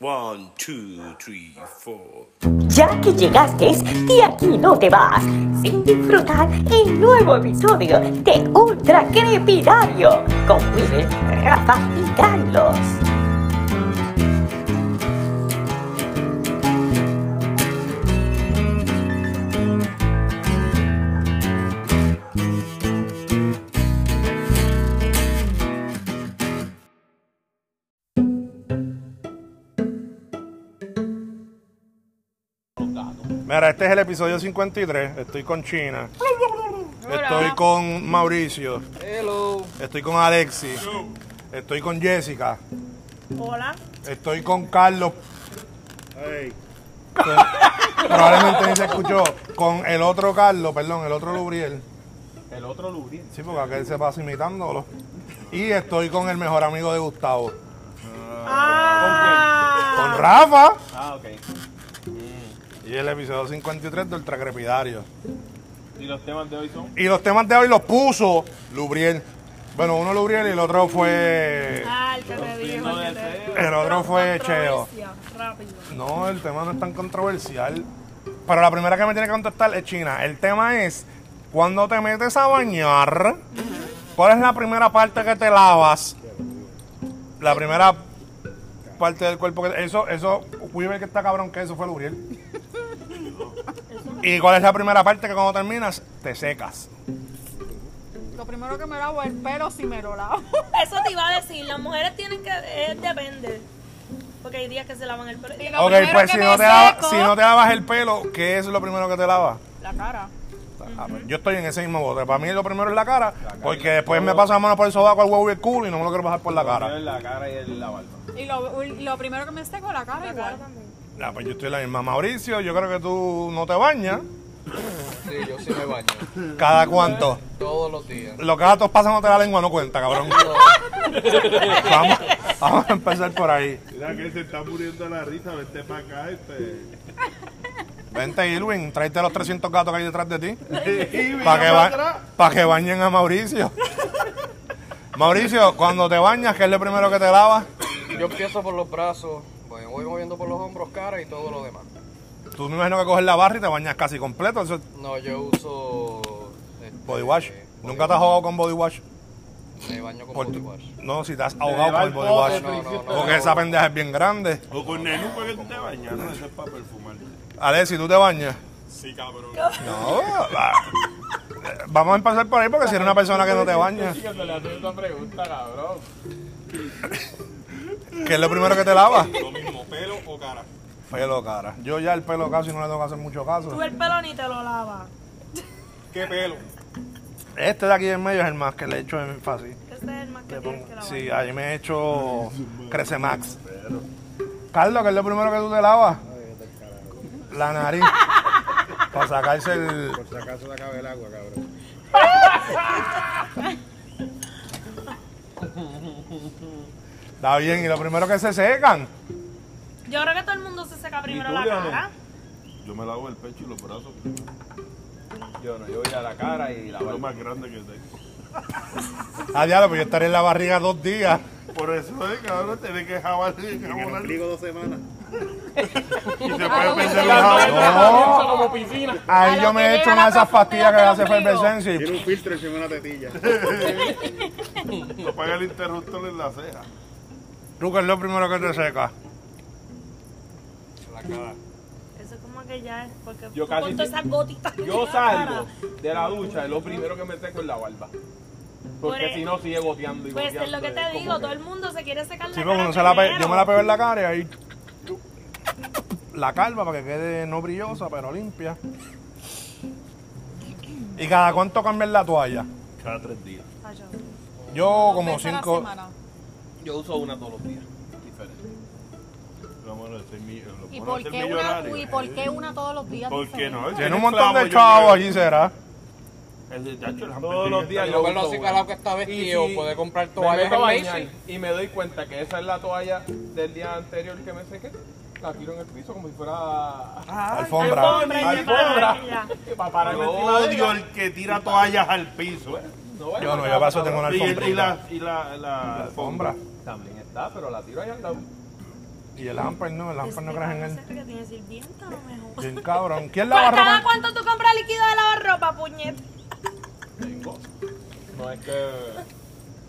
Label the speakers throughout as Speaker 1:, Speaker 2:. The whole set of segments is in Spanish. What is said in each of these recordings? Speaker 1: One, two, three, four.
Speaker 2: Ya que llegaste, de aquí no te vas sin disfrutar el nuevo episodio de Ultra Crepidario con Will, Rafa y Carlos.
Speaker 3: Mira, este es el episodio 53. Estoy con China. Estoy con Mauricio. Estoy con Alexi. Estoy con Jessica.
Speaker 4: Hola.
Speaker 3: Estoy con Carlos. Con- Probablemente ni se escuchó. Con el otro Carlos, perdón, el otro Lubriel. El otro Lubriel. Sí, porque aquel se pasa imitándolo. Y estoy con el mejor amigo de Gustavo. Con
Speaker 4: Ah,
Speaker 3: Rafa.
Speaker 5: Ah, ok.
Speaker 3: Y el episodio 53 del Tracrepidario.
Speaker 5: Y los temas de hoy son.
Speaker 3: Y los temas de hoy los puso Lubriel. Bueno, uno Lubriel y el otro fue.
Speaker 4: Ah, el que te dijo, el que te dijo.
Speaker 3: El otro fue Cheo.
Speaker 4: Controversia, Rápido.
Speaker 3: No, el tema no es tan controversial. Pero la primera que me tiene que contestar es China. El tema es: cuando te metes a bañar, ¿cuál es la primera parte que te lavas? La primera parte del cuerpo que. Eso, eso, Weaver que está cabrón, que eso fue Lubriel. ¿Y cuál es la primera parte que cuando terminas te secas?
Speaker 6: Lo primero que me lavo es el pelo si me lo lavo.
Speaker 4: Eso te iba a decir, las mujeres tienen que. eh, depende. Porque hay días que se lavan el pelo.
Speaker 6: Y
Speaker 3: Ok,
Speaker 6: primero
Speaker 3: pues
Speaker 6: que
Speaker 3: si
Speaker 6: me
Speaker 3: no, te lava-
Speaker 6: seco-
Speaker 3: si no te lavas el pelo, ¿qué es lo primero que te lavas?
Speaker 6: La cara.
Speaker 3: Ah, pues, Yo estoy en ese mismo bote. Para mí lo primero es la cara, porque después me paso la mano por el sobaco, el huevo y el culo y no me lo quiero pasar por la cara.
Speaker 5: La cara y el- la barba.
Speaker 6: Y lo, y lo primero que me seco la cara igual.
Speaker 3: Ah, pues yo estoy en la misma. Mauricio, yo creo que tú no te bañas.
Speaker 7: Sí, yo sí me baño.
Speaker 3: ¿Cada cuánto?
Speaker 7: Todos los días.
Speaker 3: Los gatos pasándote la lengua no cuenta, cabrón. Vamos, vamos a empezar por ahí.
Speaker 8: Mira que se está muriendo la risa, vente para acá, este.
Speaker 3: Vente, Irwin, tráete los 300 gatos que hay detrás de ti.
Speaker 8: Y mira
Speaker 3: Para que,
Speaker 8: pa'
Speaker 3: ba-
Speaker 8: atrás.
Speaker 3: pa' que bañen a Mauricio. Mauricio, cuando te bañas, ¿qué es lo primero que te lavas?
Speaker 7: Yo empiezo por los brazos, voy, voy moviendo por los hombros, cara y todo lo demás.
Speaker 3: Tú me imagino que coges la barra y te bañas casi completo. Eso es
Speaker 7: No, yo uso. este,
Speaker 3: body wash.
Speaker 7: eh,
Speaker 3: ¿Nunca te has jugado con body wash?
Speaker 7: Me baño con
Speaker 3: Por-
Speaker 7: body wash.
Speaker 3: No, si te has
Speaker 8: Te
Speaker 3: ahogado con
Speaker 8: va
Speaker 3: el
Speaker 8: el
Speaker 3: body
Speaker 8: pote,
Speaker 3: wash.
Speaker 7: no, no, no.
Speaker 3: Porque esa pendeja es bien grande.
Speaker 8: O con Nenu para que tú te bañas, no, eso es para perfumarte.
Speaker 3: Alexi, ¿tú te bañas?
Speaker 8: Sí, cabrón.
Speaker 3: No, va. Vamos a empezar por ahí porque si eres una persona que no te baña,
Speaker 5: que te le haces esa pregunta, cabrón.
Speaker 3: ¿qué es lo primero que te lavas?
Speaker 8: Lo mismo, pelo o cara.
Speaker 3: Pelo, cara. Yo ya el pelo casi no le tengo que hacer mucho
Speaker 4: Tú
Speaker 3: caso.
Speaker 4: el pelo ni te lo lavas.
Speaker 8: ¿Qué pelo?
Speaker 3: Este de aquí en medio es el más que le he hecho énfasis.
Speaker 4: Ese es el más que
Speaker 3: Le
Speaker 4: tienes que
Speaker 3: pongo-
Speaker 4: lavar.
Speaker 3: Sí, ahí me he hecho Crece Max. Carlos, ¿qué es lo primero que tú te lavas? La nariz. Para sacarse el. Por si acaso se acaba el agua, cabrón. Está bien, y lo primero que se secan.
Speaker 4: Yo creo que todo el mundo se seca primero
Speaker 8: tú,
Speaker 4: la
Speaker 8: Leonel?
Speaker 4: cara.
Speaker 8: Yo me lavo el pecho y los brazos. primero.
Speaker 5: Yo no, yo voy a la cara y la
Speaker 8: Es lo
Speaker 5: barba.
Speaker 8: más grande que tengo.
Speaker 3: Ah, diablo, pues yo estaré en la barriga dos días.
Speaker 8: Por eso, eh, cabrón, tiene que jabar y jabonar. dos semanas. y se
Speaker 6: Ah,
Speaker 8: puede perder
Speaker 6: bueno.
Speaker 8: la jaula.
Speaker 3: No. Ahí
Speaker 6: A
Speaker 3: yo
Speaker 6: lo
Speaker 3: me
Speaker 6: que
Speaker 3: he hecho
Speaker 6: llega
Speaker 3: una de
Speaker 6: la
Speaker 3: esas pastillas que le
Speaker 6: profundidad
Speaker 3: hace
Speaker 6: del ombligo.
Speaker 3: efervescencia. y-
Speaker 9: Tiene un filtro encima de una tetilla.
Speaker 8: No paga el interruptor en la ceja.
Speaker 3: ¿Tú qué es lo primero que te seca?
Speaker 7: La cara.
Speaker 4: Eso es como que ya es. Porque
Speaker 5: Yo
Speaker 4: tú
Speaker 5: casi
Speaker 4: con
Speaker 5: te-
Speaker 4: todas esas gotitas. en
Speaker 5: Yo
Speaker 4: la
Speaker 5: salgo
Speaker 4: cara.
Speaker 5: de la ducha y lo primero que me seco es la barba.
Speaker 4: Por
Speaker 5: Porque
Speaker 4: e-
Speaker 5: si no sigue goteando y
Speaker 4: Pues es lo
Speaker 5: goteando,
Speaker 4: que te
Speaker 5: es como
Speaker 4: digo,
Speaker 5: que-
Speaker 4: todo el mundo se quiere secar
Speaker 3: Sí,
Speaker 4: la cara.
Speaker 3: porque uno se la pe-
Speaker 4: primero.
Speaker 3: yo me la pego en la cara y ahí la calva para que quede no brillosa, pero limpia. ¿Y cada cuánto cambias la toalla?
Speaker 8: Cada tres días.
Speaker 4: Ah, yo.
Speaker 3: Yo como
Speaker 6: Dos veces a la
Speaker 3: cinco...
Speaker 6: semana.
Speaker 5: Yo uso una todos los días. Diferente.
Speaker 8: Vamos a hacer mi- lo
Speaker 6: ¿Y
Speaker 8: bueno
Speaker 6: por,
Speaker 8: es ser
Speaker 6: qué una,
Speaker 8: millonario.
Speaker 6: ¿Y por qué una todos los días?
Speaker 8: ¿Por qué
Speaker 6: diferente?
Speaker 8: no?
Speaker 3: Tiene un montón de chavos allí, será.
Speaker 5: Todos los días
Speaker 7: Yo
Speaker 5: yo
Speaker 7: ver lo
Speaker 5: uso
Speaker 7: así
Speaker 5: una.
Speaker 7: calado que está vestido,
Speaker 5: si
Speaker 7: puede comprar
Speaker 5: me
Speaker 7: toallas
Speaker 5: meto a
Speaker 7: en
Speaker 5: bañar
Speaker 7: Macy's.
Speaker 5: Y me doy cuenta que esa es la toalla del día anterior que me sequé. La tiro en el piso como si fuera...
Speaker 3: Alfombra.
Speaker 5: alfombra.
Speaker 4: Alfombra.
Speaker 5: Para pararme
Speaker 8: Yo
Speaker 5: encima de
Speaker 8: odio el que tira toallas al piso. eh.
Speaker 5: No,
Speaker 3: Yo no,
Speaker 5: es
Speaker 3: yo para eso tengo una
Speaker 8: Y, el- y
Speaker 3: alfombrita.
Speaker 8: la, y la, la
Speaker 3: Alfombra.
Speaker 5: También está, pero la tiro ahí al lado.
Speaker 3: Y el Amper no, el Amper no
Speaker 6: Este
Speaker 3: crees en él.
Speaker 4: Que tiene sirvienta, a lo mejor.
Speaker 3: Bien cabrón.
Speaker 6: Pues
Speaker 3: ¿Quién lava
Speaker 4: ¿Cada
Speaker 3: ropa?
Speaker 4: cuánto tú compras líquido de lavar ropa, puñet?
Speaker 5: Tengo. No es que.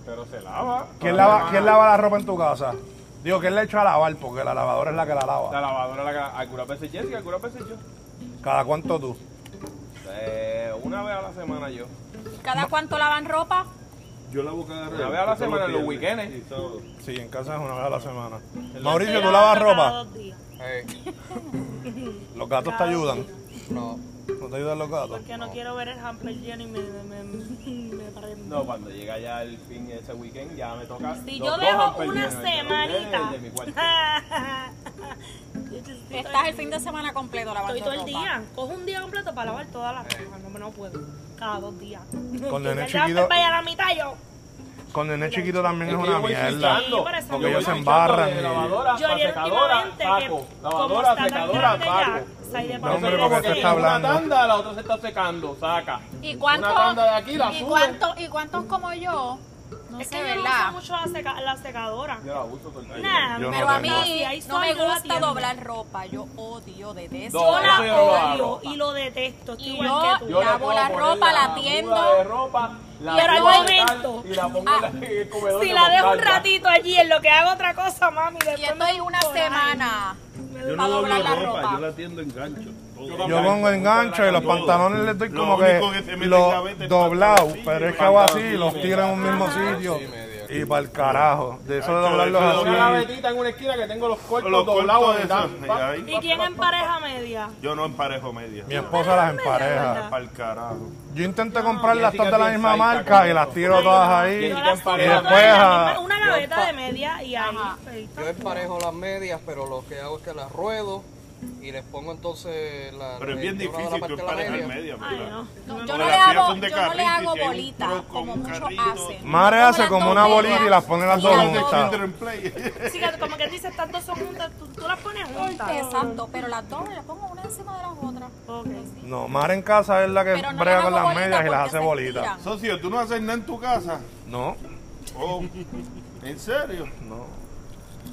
Speaker 5: Pero se lava.
Speaker 3: ¿Quién
Speaker 5: Ahora,
Speaker 3: lava, ¿Quién lava la ropa en tu casa? Digo, ¿quién le echa a lavar? Porque la lavadora es la que la
Speaker 5: La
Speaker 3: lava.
Speaker 5: lavadora, la que- algunas veces Jessica, algunas veces yo.
Speaker 3: ¿Cada cuánto tú?
Speaker 5: Eh, una vez a la semana yo.
Speaker 6: ¿Cada cuánto lavan ropa?
Speaker 8: Yo la busco cada
Speaker 5: Una vez a la semana, los weekends.
Speaker 8: Y todo.
Speaker 3: Sí, en casa es una vez a la semana.
Speaker 4: Yo
Speaker 3: Mauricio, ¿tú lavas
Speaker 4: lavo cada
Speaker 3: ropa?
Speaker 4: dos días.
Speaker 7: Ey,
Speaker 3: ¿Los gatos te ayudan?
Speaker 7: no.
Speaker 3: ¿No te ayudan los gatos?
Speaker 4: Porque no quiero ver el hamper lleno y me, me, me, me prendo.
Speaker 5: No, cuando llega ya el fin de ese weekend, ya me toca.
Speaker 4: Si
Speaker 5: los
Speaker 4: yo
Speaker 5: dos
Speaker 4: dejo
Speaker 5: amperes
Speaker 4: una
Speaker 5: llenos, el de los
Speaker 4: semanita.
Speaker 5: weekends y el de mi cuarto.
Speaker 4: Yo just-
Speaker 6: Estás el fin de semana completo lavando
Speaker 4: Estoy todo el
Speaker 6: ropa.
Speaker 4: día. Cojo un día completo para lavar todas las ropas. No, no puedo. Cada dos días.
Speaker 3: Cuando nene
Speaker 4: Que ya
Speaker 3: chiquito-
Speaker 4: vaya a la mitad yo.
Speaker 3: Con nene chiquito también es
Speaker 5: Es que
Speaker 3: una
Speaker 5: yo voy
Speaker 3: mierda.
Speaker 5: switchando,
Speaker 4: Sí, por eso
Speaker 5: porque
Speaker 3: mismo.
Speaker 5: yo voy
Speaker 3: se
Speaker 5: switchando
Speaker 3: embarran
Speaker 5: de
Speaker 3: y-
Speaker 5: Lavadora,
Speaker 4: Yo
Speaker 5: pa'
Speaker 4: ayer
Speaker 5: secadora,
Speaker 4: últimamente,
Speaker 5: paco.
Speaker 4: que
Speaker 5: Lavadora,
Speaker 4: como está tan
Speaker 5: secadora,
Speaker 4: grande
Speaker 5: paco.
Speaker 4: ya, salí de
Speaker 3: No,
Speaker 5: Eso es
Speaker 3: hombre,
Speaker 5: como
Speaker 3: porque
Speaker 5: que
Speaker 3: está hablando.
Speaker 5: Una tanda, la otra se está secando, saca.
Speaker 6: ¿Y cuánto,
Speaker 5: Una tanda de aquí, la
Speaker 6: y,
Speaker 5: sube.
Speaker 6: cuánto, ¿Y cuántos como yo? No
Speaker 4: Es
Speaker 6: sé,
Speaker 4: que yo no
Speaker 6: ¿verdad?
Speaker 4: uso mucho la, seca- la secadora.
Speaker 5: Yo la uso todo el día.
Speaker 4: Nah,
Speaker 3: Yo no
Speaker 6: Pero a mí
Speaker 3: tengo.
Speaker 4: si hay
Speaker 6: no
Speaker 4: sol,
Speaker 6: me
Speaker 4: yo la
Speaker 6: gusta
Speaker 4: tiendo.
Speaker 6: doblar ropa. Yo odio, detesto.
Speaker 5: No,
Speaker 4: Yo
Speaker 5: eso yo
Speaker 4: la
Speaker 5: no lo
Speaker 4: odio
Speaker 5: hago.
Speaker 4: y lo detesto. Estoy
Speaker 6: Y
Speaker 4: igual
Speaker 6: yo-
Speaker 4: que tú.
Speaker 5: Yo le
Speaker 6: Lavo
Speaker 5: puedo
Speaker 6: la
Speaker 5: poner
Speaker 6: ropa, la
Speaker 5: muda
Speaker 6: tiendo.
Speaker 5: de ropa, la
Speaker 4: Pero al
Speaker 5: puedo sacar
Speaker 4: momento.
Speaker 5: Y la pongo
Speaker 6: Ah.
Speaker 5: en el comedor.
Speaker 4: Si
Speaker 5: de
Speaker 4: la dejo un
Speaker 5: montaña.
Speaker 4: ratito allí en lo que hago otra cosa, mami.
Speaker 6: Y
Speaker 4: Después
Speaker 6: estoy una
Speaker 4: coraje.
Speaker 6: semana. Pa'
Speaker 8: Yo no doblo
Speaker 6: doblar la
Speaker 8: ropa,
Speaker 6: ropa.
Speaker 8: yo la tiendo en gancho. Todo.
Speaker 5: también.
Speaker 3: Yo pongo el gancho y los
Speaker 8: Todo.
Speaker 3: pantalones les doy
Speaker 8: Lo
Speaker 3: como
Speaker 8: único que se
Speaker 3: que
Speaker 8: mete en la
Speaker 3: los
Speaker 8: venta es
Speaker 3: doblados,
Speaker 8: pantaloncillo
Speaker 3: pero
Speaker 8: y
Speaker 3: es que hago así,
Speaker 5: pantaloncillo
Speaker 3: los
Speaker 5: y
Speaker 3: tiro en un mismo sitio y para el carajo. De eso de
Speaker 8: Gancho,
Speaker 3: doblarlos
Speaker 8: eso
Speaker 5: Una
Speaker 8: de
Speaker 3: así.
Speaker 5: gavetita en una esquina que tengo los cortos
Speaker 8: Los
Speaker 5: doblados
Speaker 8: cortos
Speaker 5: en
Speaker 8: de
Speaker 5: dan-
Speaker 8: esos.
Speaker 5: pa-
Speaker 8: ahí.
Speaker 4: ¿Y quién en pareja media?
Speaker 8: Yo no emparejo media.
Speaker 3: Mi esposa las empareja.
Speaker 4: ¿verdad?
Speaker 8: Para el carajo.
Speaker 3: Yo intenté comprar las
Speaker 5: Jessica
Speaker 3: todas de la
Speaker 5: es bien
Speaker 3: misma
Speaker 5: saica
Speaker 3: marca
Speaker 5: con
Speaker 3: y las
Speaker 5: eso.
Speaker 3: tiro todas ahí.
Speaker 5: Yo
Speaker 4: Yo
Speaker 5: Y
Speaker 4: las
Speaker 5: empareja.
Speaker 4: compro
Speaker 3: Después,
Speaker 4: en la
Speaker 3: ah,
Speaker 4: misma- una gaveta
Speaker 5: pa-
Speaker 4: de media y ahí.
Speaker 6: Ajá.
Speaker 4: ahí.
Speaker 7: Yo emparejo las medias, pero lo que hago es que las ruedo y les pongo entonces la.
Speaker 8: Pero es
Speaker 7: el
Speaker 8: bien
Speaker 7: dorado a la
Speaker 8: difícil
Speaker 7: parte
Speaker 8: tú
Speaker 7: de la
Speaker 8: emparejar
Speaker 7: media.
Speaker 8: media,
Speaker 4: Ay,
Speaker 8: ¿verdad?
Speaker 4: no.
Speaker 6: No, yo
Speaker 8: Porque
Speaker 6: no le
Speaker 8: las sillas
Speaker 6: hago,
Speaker 8: son de
Speaker 6: yo no le
Speaker 8: carrito y
Speaker 6: hago
Speaker 8: tienen
Speaker 6: bolita,
Speaker 8: tronco,
Speaker 6: como
Speaker 8: un
Speaker 6: muchos
Speaker 8: carrito.
Speaker 6: hacen.
Speaker 3: Mare
Speaker 6: Yo pongo
Speaker 3: hace
Speaker 6: las
Speaker 3: como
Speaker 6: dos
Speaker 3: una bolita y
Speaker 6: medias.
Speaker 3: las pone las dos
Speaker 6: Las
Speaker 3: en un
Speaker 6: dos.
Speaker 3: estado.
Speaker 8: Children play.
Speaker 4: Sí, que como que dices, estas dos son juntas, tú, tú las pones juntas.
Speaker 6: Exacto, pero las dos las pongo una encima de las otras.
Speaker 4: Ok.
Speaker 3: No, Mare en casa es la que
Speaker 6: Pero no
Speaker 3: brega
Speaker 6: las
Speaker 3: con
Speaker 6: hago
Speaker 3: las medias y
Speaker 6: bolitas
Speaker 3: las hace
Speaker 6: porque se
Speaker 3: bolitas.
Speaker 6: estiran.
Speaker 8: Socio, ¿tú no haces nada en tu casa?
Speaker 3: No,
Speaker 8: Oh, ¿En serio?
Speaker 3: no,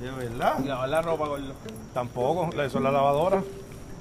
Speaker 8: De verdad.
Speaker 5: Y lavar la ropa con los.
Speaker 3: tampoco. Eso es la lavadora.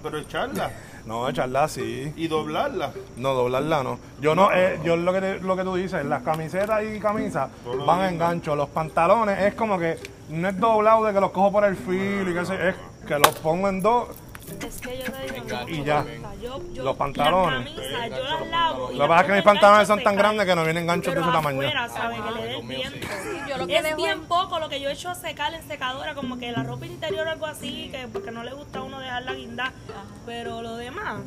Speaker 8: Pero echarla
Speaker 3: No, echarla así.
Speaker 8: y doblarla.
Speaker 3: No, doblarla no. Yo no, eh, yo lo que, te- lo que tú dices, las camisetas y camisas van en gancho. Los pantalones es como que no es doblado de que los cojo por el filo y que se, es que los pongo en dos.
Speaker 4: Es que yo te digo,
Speaker 7: Engancho
Speaker 4: no,
Speaker 3: Y ya.
Speaker 4: cosa. Yo- yo-
Speaker 3: Los pantalones.
Speaker 4: las camisas, yo las lavo. y
Speaker 3: Lo que
Speaker 4: las
Speaker 3: pasa es que mis
Speaker 4: pongo en
Speaker 3: pantalones son
Speaker 4: gancho
Speaker 3: tan
Speaker 4: secas.
Speaker 3: grandes que no vienen ganchos de
Speaker 4: Pero
Speaker 3: ese tamaño.
Speaker 4: afuera, ¿sabes?
Speaker 3: Ah,
Speaker 4: Que le dé el
Speaker 7: Dios mío, sí.
Speaker 4: viento.
Speaker 6: Yo lo que
Speaker 4: Es
Speaker 6: dejo
Speaker 4: bien poco lo que yo he hecho a secar en secadora, como que la ropa interior o algo así, que porque no le gusta a uno dejarla guindar. Pero lo demás,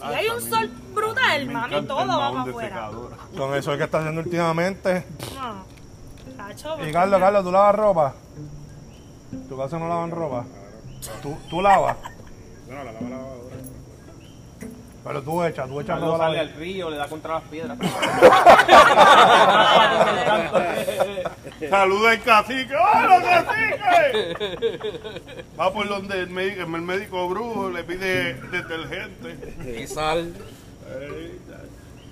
Speaker 3: Ah,
Speaker 4: si hay un sol brutal, mami, todo va para afuera.
Speaker 3: Con eso es que está haciendo últimamente.
Speaker 4: No. Cacho,
Speaker 3: Y Carlos, Carlos, ¿tú lavas ropa? ¿Tu casa no lavan ropa? ¿Tú, tú lavas?
Speaker 8: Bueno, la lava la lavadora.
Speaker 3: Pero tú echas, tú echas
Speaker 5: Cuando
Speaker 3: ropa. a
Speaker 5: sale
Speaker 3: la-
Speaker 5: al río, le da contra las piedras.
Speaker 8: Saluda al cacique. ¡Hola, cacique! Va por donde el médico, el médico brujo le pide detergente.
Speaker 7: Y sal.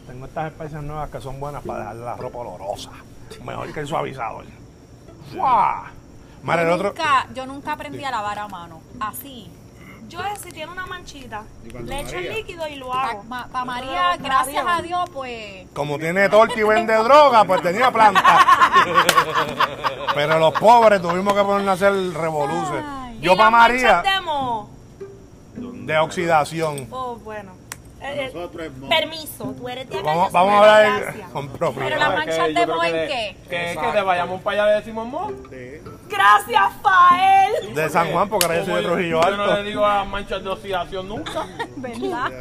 Speaker 3: Tengo estas especies nuevas que son buenas para dejar la ropa olorosa. Mejor que el suavizador. ¡Guau! Mira, el
Speaker 6: Yo
Speaker 3: otro.
Speaker 6: nunca, yo nunca aprendí a lavar a mano. Así.
Speaker 4: Yo eh, si tiene una manchita, le echo el líquido y
Speaker 8: Ah.
Speaker 4: lo hago.
Speaker 6: Para María, gracias a Dios, pues.
Speaker 3: Como tiene torta y vende droga, pues tenía planta. Pero los pobres tuvimos que ponernos a hacer revoluciones.
Speaker 6: Ay.
Speaker 3: Yo
Speaker 4: Y las
Speaker 3: para María,
Speaker 4: manchas de moho.
Speaker 3: de oxidación.
Speaker 4: Oh, bueno. Eh, eh,
Speaker 8: Nosotros es mo-
Speaker 4: permiso, tú eres de acá,
Speaker 3: Vamos,
Speaker 4: yo
Speaker 3: vamos a
Speaker 4: soy de
Speaker 3: hablar
Speaker 4: Gracia.
Speaker 3: con
Speaker 6: Pero
Speaker 3: propiedad.
Speaker 6: la
Speaker 5: Es que
Speaker 6: mancha
Speaker 5: yo
Speaker 6: de
Speaker 5: creo
Speaker 6: moho
Speaker 5: que
Speaker 6: en
Speaker 5: le-
Speaker 6: qué?
Speaker 5: Que, que de
Speaker 7: Exacto.
Speaker 5: vayamos para allá le decimos mo.
Speaker 4: Gracias, Fael.
Speaker 3: De San Juan, porque ahora yo soy de
Speaker 5: Como
Speaker 3: Trujillo
Speaker 5: Yo no le
Speaker 3: Alto.
Speaker 5: digo a manchas de oxidación nunca.
Speaker 6: ¿Verdad?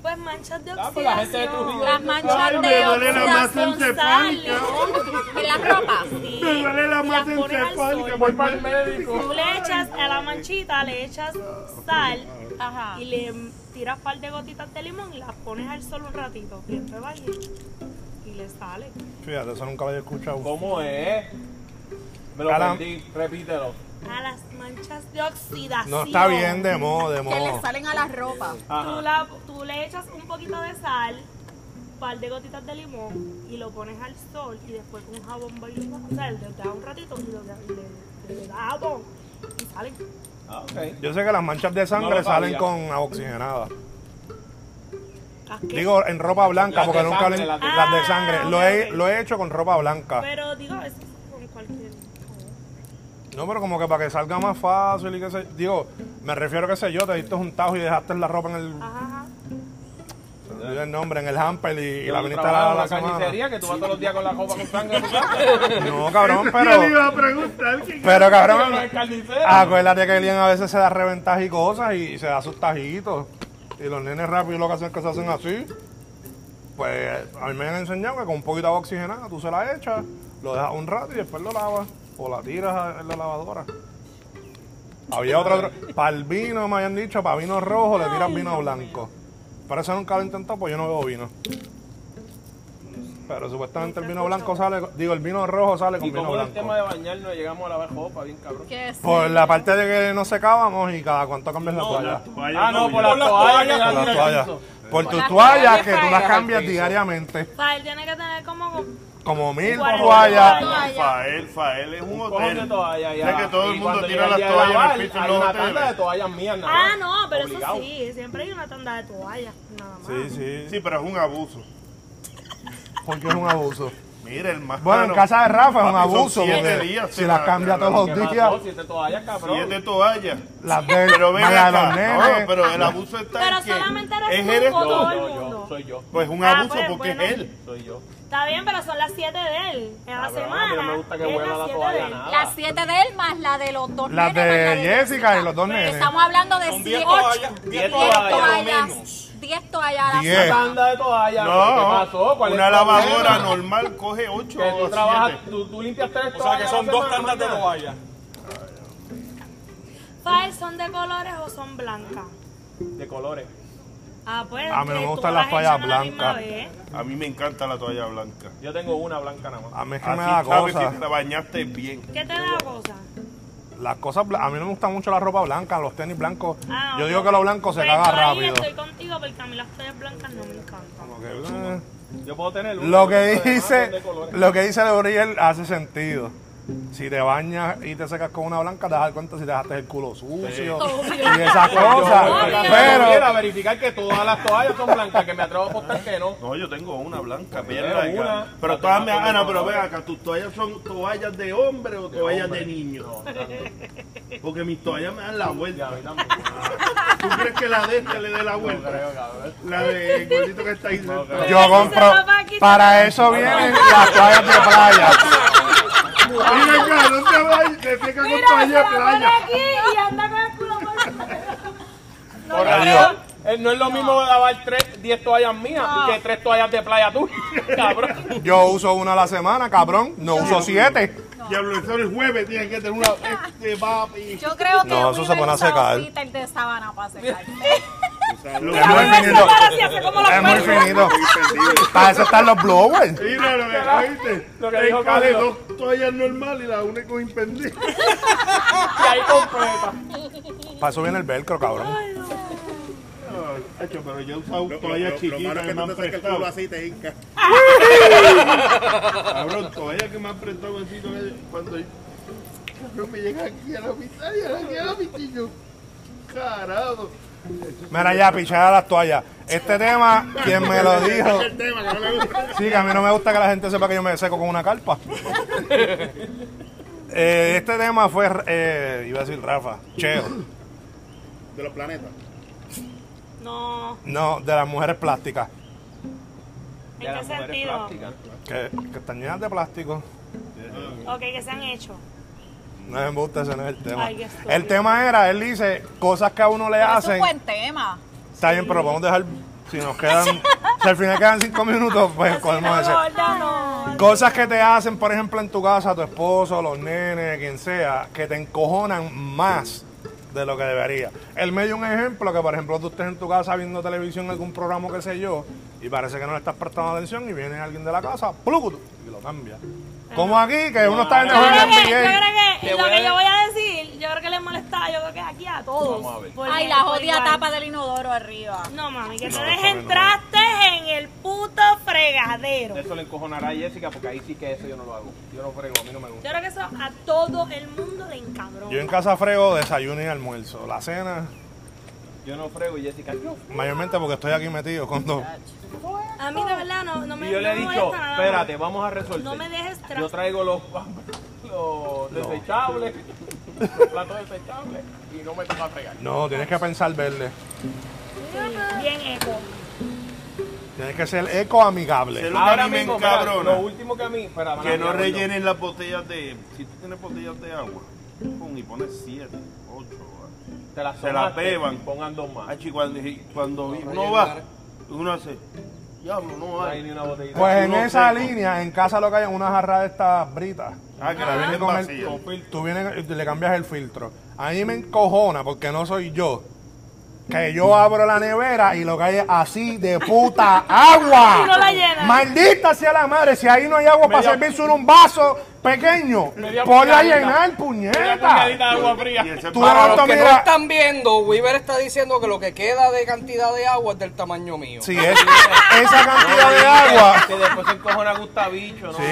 Speaker 4: Pues manchas de
Speaker 5: Ah, pues la gente de
Speaker 4: oxidación.
Speaker 5: Trujillo.
Speaker 6: Las manchas
Speaker 8: Ay, me
Speaker 6: de
Speaker 8: duele la más
Speaker 6: oxidación
Speaker 8: encefálica.
Speaker 6: en las ropas.
Speaker 4: Sí.
Speaker 8: Me duele la
Speaker 4: Y
Speaker 8: más
Speaker 4: las pones al
Speaker 8: encefálica.
Speaker 4: sol.
Speaker 8: Voy
Speaker 5: Para
Speaker 8: para
Speaker 5: el
Speaker 8: el médico.
Speaker 4: Tú
Speaker 5: médico.
Speaker 4: le echas a la manchita, le echas sal
Speaker 6: Ajá.
Speaker 4: y le tiras par de gotitas de limón y las pones al sol un ratito. Y después vas y- y le sale.
Speaker 3: Fíjate, eso nunca lo había escuchado.
Speaker 5: ¿Cómo es? Me lo
Speaker 3: Calam-
Speaker 5: perdí, repítelo.
Speaker 4: A las manchas de oxidación.
Speaker 3: No está bien de modo, de
Speaker 6: Que le
Speaker 3: modo.
Speaker 6: salen a las ropas.
Speaker 5: Ajá.
Speaker 4: Tú, la- tú le echas un poquito de sal, un par de gotitas de limón y lo pones al sol y después con un jabón bailando. O sea, le das un ratito y lo- le, le, le das jabón. Y salen.
Speaker 5: Ah, ok.
Speaker 3: Yo sé que las manchas de sangre
Speaker 5: No lo
Speaker 3: salen
Speaker 5: sabía.
Speaker 3: con agua oxigenada.
Speaker 4: Casquete.
Speaker 3: Digo, en ropa blanca,
Speaker 5: Las de
Speaker 3: porque nunca
Speaker 5: sangre,
Speaker 3: hablen-
Speaker 5: las de-
Speaker 3: las de
Speaker 4: Ah,
Speaker 3: sangre.
Speaker 4: ok,
Speaker 3: lo, he,
Speaker 4: ok. Pues-
Speaker 3: lo he hecho con ropa
Speaker 5: ah.
Speaker 3: blanca.
Speaker 4: Pero digo, es con cualquier.
Speaker 3: No, pero como que para que salga más fácil y que se... Digo, me refiero, qué sé yo, te diste un tajo y dejaste la ropa en el...
Speaker 5: Ah.
Speaker 4: Ajá, ajá.
Speaker 3: se me olvidó el nombre, en el hamper y, y
Speaker 5: Yo
Speaker 3: la viniste a
Speaker 5: trabajo
Speaker 3: la,
Speaker 5: en
Speaker 3: la
Speaker 5: una
Speaker 3: semana.
Speaker 5: carnicería que tú vas todos los días con la copa con sangre. en tu casa.
Speaker 3: No, cabrón,
Speaker 8: Yo le
Speaker 3: pero...
Speaker 8: iba a preguntar que
Speaker 3: Pero,
Speaker 5: Pero el
Speaker 3: cabrón, ah,
Speaker 5: carnicero.
Speaker 3: acuérdate pues que Elian a veces se da reventas y cosas y se da sus tajitos. Y los nenes rápidos lo que hacen es que se hacen así. Pues a mí me han enseñado que con un poquito de agua oxigenada tú se la echas, lo dejas un rato y después lo lavas. O la tiras a- en la lavadora. Había otro, otro. Para el vino me habían dicho, para vino rojo le tiras vino blanco. Pero eso nunca lo he intentado porque yo no bebo vino. Pero supuestamente el vino blanco sale, digo, el vino rojo sale con
Speaker 5: Y
Speaker 3: vino
Speaker 5: como el
Speaker 3: blanco.
Speaker 5: tema de bañarnos, llegamos a lavar copa, bien cabrón.
Speaker 6: Que sí.
Speaker 3: Por la parte de que no secábamos y cada cuánto cambias la toalla.
Speaker 8: toalla
Speaker 5: Ah, no,
Speaker 8: no,
Speaker 5: por las
Speaker 8: ya.
Speaker 5: toallas.
Speaker 3: Por la
Speaker 5: las
Speaker 3: toalla.
Speaker 5: toallas.
Speaker 3: Por tus
Speaker 6: las
Speaker 3: toallas
Speaker 6: toallas
Speaker 3: que tú las
Speaker 7: caídas al
Speaker 3: cambias
Speaker 7: piso.
Speaker 3: diariamente.
Speaker 4: Fael tiene que tener como.
Speaker 3: Como mil
Speaker 4: Cuarenta
Speaker 3: toallas.
Speaker 4: toallas.
Speaker 8: Fael, Fael es un
Speaker 5: Cojón de
Speaker 8: hotel.
Speaker 5: toalla
Speaker 8: O sea
Speaker 5: ya.
Speaker 8: que todo el
Speaker 5: Y
Speaker 8: mundo
Speaker 5: cuando
Speaker 8: tira
Speaker 5: llega
Speaker 8: las
Speaker 5: el día de
Speaker 8: toallas en el
Speaker 5: lavar,
Speaker 8: piso en
Speaker 5: Hay
Speaker 8: los
Speaker 5: una
Speaker 8: hoteles.
Speaker 5: tanda de toallas mías, nada
Speaker 4: Ah,
Speaker 5: más.
Speaker 4: no, pero
Speaker 5: Obligado.
Speaker 4: eso sí, siempre hay una tanda de toallas, nada más.
Speaker 3: Sí, sí.
Speaker 8: Sí, pero es un abuso.
Speaker 3: Porque es un abuso.
Speaker 8: Mira, hermano.
Speaker 3: Bueno, en casa de Rafa es un
Speaker 8: Papi, son
Speaker 3: abuso.
Speaker 8: siete
Speaker 3: porque
Speaker 8: días,
Speaker 3: si
Speaker 8: te
Speaker 3: las
Speaker 8: la-
Speaker 3: cambia
Speaker 8: te la-
Speaker 3: todos
Speaker 5: ¿Qué
Speaker 3: los
Speaker 5: pasó?
Speaker 3: días,
Speaker 5: Siete toallas,
Speaker 8: Siete
Speaker 5: cabrón.
Speaker 8: toallas.
Speaker 3: las de
Speaker 8: Pero ven
Speaker 3: la de los
Speaker 8: acá. No,
Speaker 3: nenes.
Speaker 8: pero el abuso está
Speaker 4: Pero
Speaker 8: en que
Speaker 4: solamente eres
Speaker 8: es
Speaker 4: tú,
Speaker 8: él-
Speaker 4: Coto.
Speaker 5: Yo,
Speaker 4: todo el
Speaker 5: yo, yo,
Speaker 4: mundo.
Speaker 5: soy yo,
Speaker 8: Pues un
Speaker 4: Ah,
Speaker 8: abuso
Speaker 4: pues,
Speaker 8: porque es
Speaker 4: bueno.
Speaker 8: él.
Speaker 5: soy yo.
Speaker 4: Está bien, pero son las 7 de él en la
Speaker 5: Cabrón,
Speaker 4: semana.
Speaker 5: a mí Ah, no me gusta que
Speaker 4: es
Speaker 5: huela
Speaker 4: las
Speaker 5: la
Speaker 4: siete
Speaker 5: toalla,
Speaker 4: de él.
Speaker 5: nada.
Speaker 9: Las siete de él más la de los dos
Speaker 3: Las
Speaker 9: nenes, más
Speaker 3: Ah. de Jessica y los dos nenes.
Speaker 9: Estamos hablando de
Speaker 10: Son
Speaker 9: 10
Speaker 10: 10 toallas. 10 toallas.
Speaker 9: toallas. 10 toallas a la
Speaker 3: Diez.
Speaker 5: Una tanda de toallas. ¿Qué pasó? ¿Cuál es
Speaker 8: una
Speaker 5: el problema?
Speaker 8: lavadora normal coge ocho
Speaker 5: Que tú
Speaker 8: o
Speaker 5: trabajas,
Speaker 8: siete.
Speaker 5: tú, tú limpias tres
Speaker 10: O sea que
Speaker 5: toallas
Speaker 10: son
Speaker 5: a la
Speaker 10: dos
Speaker 5: semana,
Speaker 10: tandas de
Speaker 5: más nada.
Speaker 10: toallas.
Speaker 4: Fael, ¿son de colores o son blancas?
Speaker 5: De colores.
Speaker 4: Ah, pues.
Speaker 3: A mí no me
Speaker 4: tú
Speaker 3: gustan las
Speaker 4: echas
Speaker 3: toallas
Speaker 4: a la misma
Speaker 3: blancas.
Speaker 4: vez.
Speaker 8: A mí me encanta la toalla blanca.
Speaker 5: Yo tengo una blanca nada más.
Speaker 3: A mí es que
Speaker 8: Así
Speaker 3: me da
Speaker 8: sabes
Speaker 3: cosas.
Speaker 8: si te bañaste bien.
Speaker 4: ¿Qué te da cosa?
Speaker 3: Las cosas bla- a mí no me gusta mucho la ropa blanca, los tenis blancos.
Speaker 4: Ah,
Speaker 3: Yo
Speaker 4: ok.
Speaker 3: digo que lo blanco se
Speaker 4: Pues
Speaker 3: caga
Speaker 4: yo ahí
Speaker 3: rápido.
Speaker 4: estoy contigo porque a mí las toallas blancas no me encantan.
Speaker 3: Como que, eh.
Speaker 5: Yo puedo tener una.
Speaker 3: Lo
Speaker 5: pero
Speaker 3: que
Speaker 5: los demás son
Speaker 3: dice,
Speaker 5: de colores.
Speaker 3: lo que dice Leuriel hace sentido. Si te bañas y te secas con una blanca, te das cuenta si te dejaste el culo sucio
Speaker 4: Oh,
Speaker 3: y esas cosas.
Speaker 5: Yo
Speaker 3: Pero,
Speaker 5: quiero verificar que todas las toallas son blancas, que me atrevo a apostar que no.
Speaker 8: No, yo tengo una blanca, bien
Speaker 5: Pero
Speaker 8: larga.
Speaker 5: una,
Speaker 8: pero
Speaker 5: pero
Speaker 8: todas
Speaker 5: te
Speaker 8: me
Speaker 5: vas a
Speaker 8: Ana,
Speaker 5: poner
Speaker 8: pero
Speaker 5: una.
Speaker 8: ven acá, tus toallas son toallas de hombre o toallas de niño. Porque mis toallas me dan la
Speaker 5: Ya, a
Speaker 8: vuelta.
Speaker 5: mí tampoco.
Speaker 8: ¿Tú crees que la de este le dé la vuelta? La de el gordito que está ahí. sentado.
Speaker 3: yo compro. Para eso vienen las toallas de playa.
Speaker 8: Ven acá, no te vayas, te seca con toallas de playa.
Speaker 4: aquí y anda con el culo
Speaker 5: Por
Speaker 3: Adiós.
Speaker 5: eso, eh, no es lo mismo lavar tres, diez toallas mías que tres toallas de playa tuyas, cabrón.
Speaker 3: Yo uso una a la semana, cabrón. No uso siete.
Speaker 8: Diablo, eso el jueves tiene que tener una. Este papi.
Speaker 9: Yo creo que
Speaker 3: No, eso se
Speaker 9: Wilmer
Speaker 3: pone a
Speaker 9: usa un
Speaker 3: secar.
Speaker 9: Peter de sábana para secar.
Speaker 8: Lo
Speaker 3: Es muy finito. Es muy finito. Para eso están los blowers.
Speaker 8: Mira lo que viste.
Speaker 5: Lo que dijo
Speaker 8: Encale
Speaker 5: Carlos.
Speaker 8: dos toallas normales y la une con impendiente.
Speaker 5: Y ahí completa.
Speaker 3: Para eso viene el velcro, cabrón.
Speaker 8: Hacho, pero yo he usado toallas chiquitas que me han prestado. así te Cabrón, toallas que me han prestado así, toallas- cuando yo- cabrón, me llega aquí a la mitad y aquí a la mitad y yo, carajo.
Speaker 3: Mira ya, pichada las toallas. Este tema, quien me lo dijo.
Speaker 8: El tema que no me gusta.
Speaker 3: Sí, que a mí no me gusta que la gente sepa que yo me seco con una carpa. Eh, este tema fue, eh, iba a decir Rafa, Cheo.
Speaker 8: De los planetas.
Speaker 4: No,
Speaker 3: No, de las mujeres plásticas,
Speaker 5: Ya
Speaker 4: ¿en qué
Speaker 5: las mujeres
Speaker 4: sentido?
Speaker 5: plásticas.
Speaker 3: que, que están llenas de plástico.
Speaker 4: Ok, que se han hecho.
Speaker 3: No me gusta, ese no es el tema.
Speaker 4: Ay, qué estúpido.
Speaker 3: El tema era, él dice, cosas que a uno le
Speaker 9: Es un
Speaker 3: hacen.
Speaker 9: buen tema.
Speaker 3: Está bien, pero vamos a dejar, si nos quedan, si al final quedan cinco minutos, pues podemos
Speaker 4: no,
Speaker 3: hacer.
Speaker 4: gorda, no.
Speaker 3: Cosas que te hacen, por ejemplo, en tu casa, tu esposo, los nenes, quien sea, que te encojonan más de lo que debería. Él me dio un ejemplo que, por ejemplo, tú estés en tu casa viendo televisión, algún programa, qué sé yo, y parece que no le estás prestando atención y viene alguien de la casa, ¡pluc! y lo cambia. Como aquí, que uno está en
Speaker 4: Yo creo que, yo
Speaker 3: el NBA.
Speaker 4: creo que
Speaker 7: Te
Speaker 4: lo
Speaker 7: voy
Speaker 4: que
Speaker 7: a-
Speaker 4: yo voy a decir, yo creo que les molesta, yo creo que aquí a todos. Por-
Speaker 9: Ay, la
Speaker 4: por
Speaker 9: jodida
Speaker 4: igual.
Speaker 9: tapa del inodoro arriba.
Speaker 4: No, mami, que
Speaker 3: No, eso
Speaker 4: te dejen
Speaker 3: no.
Speaker 4: trastes en el puto fregadero. Yo
Speaker 5: Eso le encojonará a Jessica porque ahí sí que eso yo no lo hago. Yo no frego, a mí no me gusta.
Speaker 4: creo que eso a todo el mundo le encabrona.
Speaker 3: Yo en casa frego desayuno y almuerzo. La cena,
Speaker 5: Yo no frego y Jessica. Yo frego.
Speaker 3: mayormente porque estoy aquí metido cuando...
Speaker 4: A mí de verdad no, no me
Speaker 5: Y yo le he
Speaker 4: no me
Speaker 5: dicho,
Speaker 4: molesta nada.
Speaker 5: espérate, vamos a resolver.
Speaker 4: No me dejes tra-
Speaker 5: Yo traigo los, los desechables, los platos desechables, y no me toca fregar.
Speaker 3: No, tienes que pensar verde.
Speaker 4: Bien eco.
Speaker 3: Tienes que ser ecoamigable.
Speaker 8: Ser-
Speaker 5: Ahora
Speaker 8: a mí me
Speaker 5: mismo, espera,
Speaker 8: encabrona.
Speaker 5: lo último que a mí, espera,
Speaker 8: Que no
Speaker 5: mira,
Speaker 8: rellenen las botellas de. Si tú tienes botellas de agua, pon y pones 7, 8.
Speaker 5: te las
Speaker 8: se las
Speaker 5: tomaste,
Speaker 8: beban.
Speaker 5: Pongan dos más.
Speaker 8: cuando, cuando uno
Speaker 7: rellenar.
Speaker 8: va, uno hace. Diablo, no
Speaker 5: No
Speaker 8: va.
Speaker 5: hay ni una botellita.
Speaker 3: Pues en
Speaker 8: Uno
Speaker 3: esa
Speaker 8: seco.
Speaker 3: línea, en casa lo que hay es una jarra de estas britas.
Speaker 8: Ah, que la
Speaker 3: Viene
Speaker 8: venden
Speaker 3: con el-
Speaker 8: vacía.
Speaker 3: con fil- tú vienes y le cambias el filtro. A mí me encojona porque no soy yo. Que yo abro la nevera y lo que hay es así de puta agua.
Speaker 4: Y no la llenas.
Speaker 3: Maldita sea la madre. Si ahí no hay agua para
Speaker 5: Media-
Speaker 3: servir solo un vaso pequeño,
Speaker 5: Media
Speaker 3: ponla a
Speaker 5: puñadita.
Speaker 3: llenar,
Speaker 5: Una
Speaker 3: puñeta.
Speaker 5: puñadita de agua
Speaker 8: Y
Speaker 5: fría.
Speaker 8: ese
Speaker 3: Tú no
Speaker 8: palo-
Speaker 7: Para los que no
Speaker 3: mira-
Speaker 7: están viendo, Weaver está diciendo que lo que queda de cantidad de agua es del tamaño mío.
Speaker 3: Sí, es, esa cantidad de agua.
Speaker 5: Que después se encojona Gustavicho, ¿no?
Speaker 3: Sí.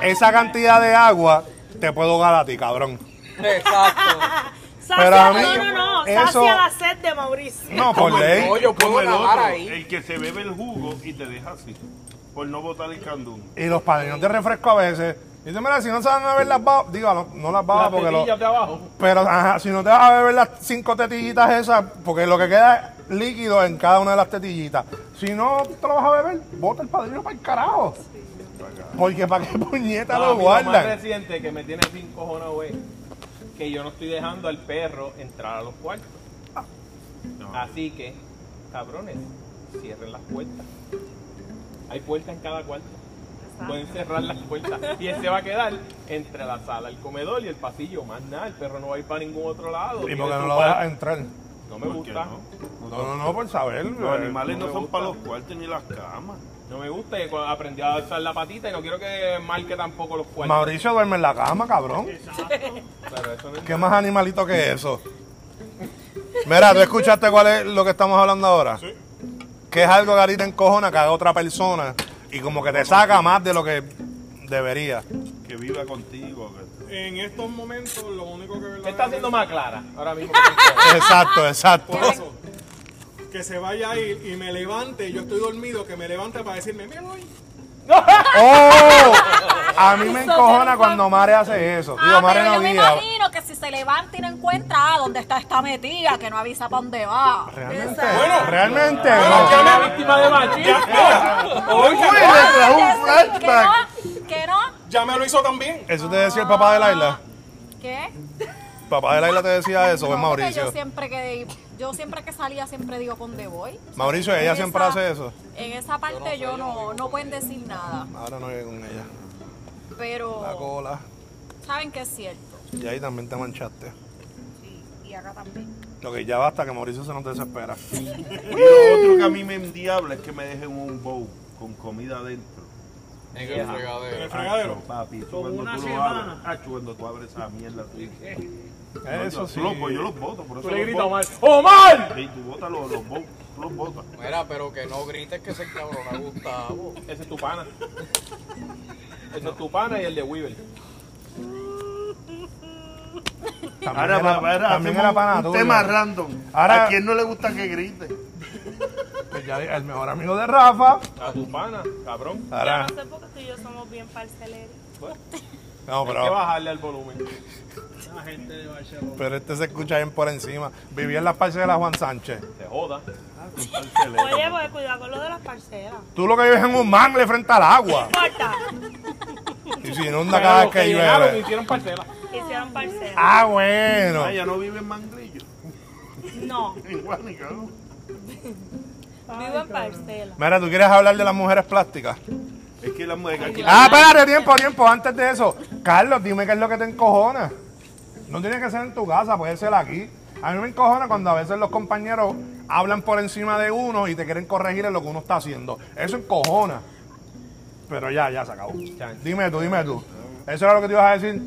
Speaker 3: Esa cantidad de agua te puedo dar a ti, cabrón.
Speaker 7: Exacto.
Speaker 4: Sacia,
Speaker 3: Pero a mí-
Speaker 4: no, no, no.
Speaker 3: eso-
Speaker 4: Sacia la sed de Mauricio.
Speaker 3: No, por ley.
Speaker 7: No, yo
Speaker 8: como
Speaker 7: puedo
Speaker 8: el otro,
Speaker 7: nadar ahí.
Speaker 8: el que se bebe el jugo y te deja así, por no botar el candún.
Speaker 3: Y los padrinos de refresco a veces. Dicen, mira, si no se van a ver las babas, digo, no- no las babas
Speaker 5: Las
Speaker 3: porque lo-
Speaker 5: tetillas de abajo.
Speaker 3: Pero ajá, si no te vas a beber las cinco tetillitas esas, porque lo que queda es líquido en cada una de las tetillitas. Si no te lo vas a beber, bota el padrino para el carajo. Porque para qué puñeta
Speaker 5: No,
Speaker 3: lo
Speaker 5: a mí más
Speaker 3: guardan.
Speaker 5: reciente que me tiene sin cojones, güey, que yo no estoy dejando al perro entrar a los cuartos. Así que, cabrones, cierren las puertas. Hay puertas en cada cuarto. Pueden cerrar las puertas. Y él se va a quedar entre la sala, el comedor y el pasillo. Más nada, el perro no va a ir para ningún otro lado.
Speaker 3: Y
Speaker 5: Tiene
Speaker 3: porque no
Speaker 5: su
Speaker 3: lo
Speaker 5: pa-
Speaker 3: vas a entrar.
Speaker 5: No me
Speaker 8: ¿Por qué
Speaker 5: gusta.
Speaker 8: no?
Speaker 3: No, no, no, por saber.
Speaker 8: Los
Speaker 3: eh,
Speaker 8: animales no,
Speaker 5: no me
Speaker 8: son
Speaker 5: gusta.
Speaker 8: para los cuartos ni las camas.
Speaker 5: No me gusta. Y cuando aprendí a alzar la patita y no quiero que marque tampoco los cuartos.
Speaker 3: Mauricio duerme en la cama, cabrón.
Speaker 5: Pero eso no es
Speaker 3: ¿Qué más animalito que eso? Mira, ¿tú escuchaste cuál es lo que estamos hablando ahora? Sí. Que es algo que ahorita encojona que haga otra persona y como que te saca más de lo que debería.
Speaker 8: Que viva contigo. que-
Speaker 10: En estos momentos, lo único que
Speaker 5: ¿Qué está haciendo más clara ahora mismo?
Speaker 3: Exacto, exacto.
Speaker 10: Por eso, que se vaya a ir y me levante, yo estoy dormido, que me levante para decirme, me voy.
Speaker 3: ¡Oh! A mí me encojona cuando Mare hace eso. Digo,
Speaker 9: Ah,
Speaker 3: Mare
Speaker 9: pero
Speaker 3: no
Speaker 9: yo me
Speaker 3: guía.
Speaker 9: imagino que si se levanta y no encuentra ah, dónde está esta metida, que no avisa para dónde va.
Speaker 3: Realmente,
Speaker 10: Bueno.
Speaker 3: realmente
Speaker 10: Bueno,
Speaker 3: no.
Speaker 10: ya
Speaker 5: Una víctima de machismo.
Speaker 3: Uy, le trajo un
Speaker 9: Ah, que sí,
Speaker 3: flashback.
Speaker 9: Que no, que no,
Speaker 10: Ya me lo hizo también.
Speaker 3: Eso te decía el papá de Laila.
Speaker 9: ¿qué?
Speaker 3: Papá de Laila te decía eso, es
Speaker 9: No, porque Yo
Speaker 3: Mauricio.
Speaker 9: siempre que yo siempre que salía siempre digo con The Boy.
Speaker 3: Mauricio, ella siempre hace eso.
Speaker 9: En esa parte yo no, no pueden decir nada,
Speaker 3: Ahora no llego con ella. La
Speaker 9: pero
Speaker 3: cola.
Speaker 9: saben que es cierto.
Speaker 3: Y ahí también te manchaste.
Speaker 9: Y acá también.
Speaker 3: Lo que ya basta, que Mauricio se nos desespera.
Speaker 8: Y lo otro que a mí me endiabla es que me dejen un bowl con comida adentro.
Speaker 7: En el fregadero.
Speaker 10: Fregadero.
Speaker 8: Acho, papi, eso cuando tú lo abres, acho, cuando tú abres esa mierda. así.
Speaker 3: Eso
Speaker 8: Yo-
Speaker 3: sí.
Speaker 8: Loco, yo los voto, por eso
Speaker 5: Tú le
Speaker 8: los
Speaker 5: gritas
Speaker 8: boto.
Speaker 5: mal. ¡Omar!
Speaker 8: Y tú botas los, los bowls, tú los botas.
Speaker 7: Mira, pero que no grites que se cabrona Gustavo.
Speaker 5: Ese es tu pana. Ese es tu pana y el de Weaver.
Speaker 3: También
Speaker 8: Ahora,
Speaker 3: era-
Speaker 8: va- ahora
Speaker 3: también
Speaker 8: hacemos
Speaker 3: era pana
Speaker 8: un
Speaker 3: tuyo.
Speaker 8: tema random.
Speaker 3: Ahora-
Speaker 8: ¿A quién no le gusta que grite?
Speaker 3: Pues ya El mejor amigo de Rafa.
Speaker 5: A tu pana, cabrón.
Speaker 4: Yo
Speaker 3: Ahora.
Speaker 4: no sé por qué tú y yo somos bien parceleros.
Speaker 3: No,
Speaker 5: Hay que
Speaker 3: pero,
Speaker 5: bajarle al volumen.
Speaker 3: pero este se escucha bien por encima. Vivía en la parcela Juan Sánchez.
Speaker 5: Se joda.
Speaker 4: Oye, pues cuidado con lo de las parcelas.
Speaker 3: Tú lo que vives en un mangle frente al agua.
Speaker 4: Corta.
Speaker 3: Y se inunda cada vez
Speaker 5: Los
Speaker 3: que
Speaker 5: llenaron
Speaker 3: llueve.
Speaker 5: hicieron parcela.
Speaker 4: Hicieron parcelas.
Speaker 3: Ah, bueno.
Speaker 8: Ah, ya no vive en Manglillo.
Speaker 4: No,
Speaker 8: En Guánica, ¿no?
Speaker 4: vivo en parcelas.
Speaker 3: Mira, ¿tú quieres hablar de las mujeres plásticas?
Speaker 8: Es que la mujer aquí.
Speaker 3: Ah, espérate, tiempo, tiempo, antes de eso. Carlos, dime qué es lo que te encojona. No tiene que ser en tu casa, puede ser aquí. A mí me encojona cuando a veces los compañeros hablan por encima de uno y te quieren corregir en lo que uno está haciendo. Eso encojona. Pero ya, ya se acabó. Dime tú, dime tú. Eso era lo que te ibas a decir.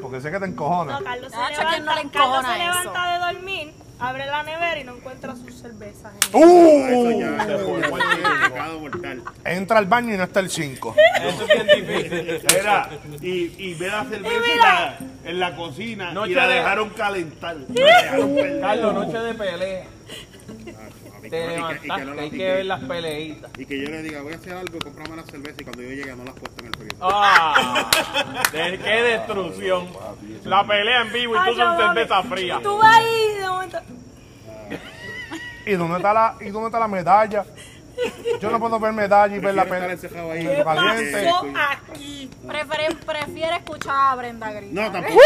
Speaker 3: Porque sé que te encojona.
Speaker 4: No, Carlos se
Speaker 9: Nacho, ¿a quién no
Speaker 4: levanta,
Speaker 9: le
Speaker 4: Carlos
Speaker 9: encojona
Speaker 4: se
Speaker 9: eso?
Speaker 4: levanta de dormir Abre la nevera y no encuentra sus cervezas. en ella.
Speaker 3: ¡Uh!
Speaker 8: Pecado mortal.
Speaker 3: Entra al baño y no está el 5.
Speaker 5: Eso es bien difícil.
Speaker 8: Era, y, y ve la cerveza
Speaker 4: Y
Speaker 8: en
Speaker 4: mira.
Speaker 8: la, en la cocina
Speaker 5: Noche
Speaker 8: y la
Speaker 5: de-
Speaker 8: dejaron calentar. La dejaron perder.
Speaker 5: Carlos,
Speaker 3: Uh.
Speaker 5: noche de pelea.
Speaker 8: Y que-
Speaker 5: Te
Speaker 8: y que no
Speaker 5: levantaste,
Speaker 8: la
Speaker 5: hay que
Speaker 8: piqué.
Speaker 5: ver las peleitas.
Speaker 8: Y que yo le diga, voy a hacer algo, comprame la cerveza y cuando yo llegue no las puesto en el frigo.
Speaker 5: ¡Ah! De- ¡Qué destrucción! La pelea en vivo y
Speaker 4: Ay,
Speaker 5: tú son
Speaker 4: no,
Speaker 5: cerveza
Speaker 4: mami.
Speaker 5: fría.
Speaker 4: Tú vas ahí de momento.
Speaker 3: ¿Y dónde está la, y dónde está la medalla? Yo no puedo ver medalla y ver la
Speaker 8: Prefiero estar
Speaker 3: pelea.
Speaker 8: encerrado ahí.
Speaker 3: Pero
Speaker 4: ¿Qué
Speaker 3: caliente.
Speaker 4: pasó aquí?
Speaker 9: Prefiere, prefiere escuchar a Brenda Green.
Speaker 8: No, tampoco.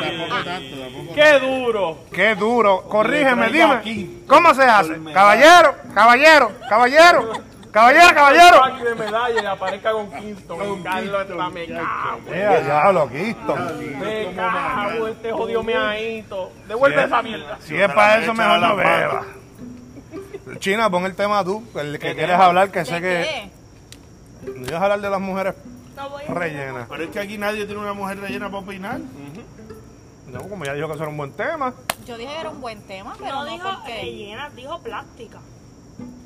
Speaker 8: Tampoco tanto, tampoco.
Speaker 5: ¡Qué duro!
Speaker 3: Qué duro. Corrígeme, dime.
Speaker 5: aquí.
Speaker 3: ¿Cómo se hace? Caballero, caballero, caballero, caballero, Ah, caballero.
Speaker 5: Pack de medalla y aparezca con Kingston. Carlos está me cago.
Speaker 3: Mira, diablo, Kingston.
Speaker 5: Me cago este jodido meadito. Devuelve esa mierda.
Speaker 3: Si es para eso, mejor no beba. China, pon el tema tú, el que quieres hablar, que sé
Speaker 9: ¿De
Speaker 3: que...
Speaker 9: qué?
Speaker 3: No ibas a hablar de las mujeres
Speaker 4: No voy a...
Speaker 3: rellenas.
Speaker 8: Pero es que aquí nadie tiene una mujer rellena para opinar.
Speaker 3: No, como ya dijo que eso era un buen tema.
Speaker 9: Yo dije que era un buen tema, pero
Speaker 4: No
Speaker 9: no,
Speaker 4: dijo
Speaker 9: porque...
Speaker 4: rellena, dijo plástica.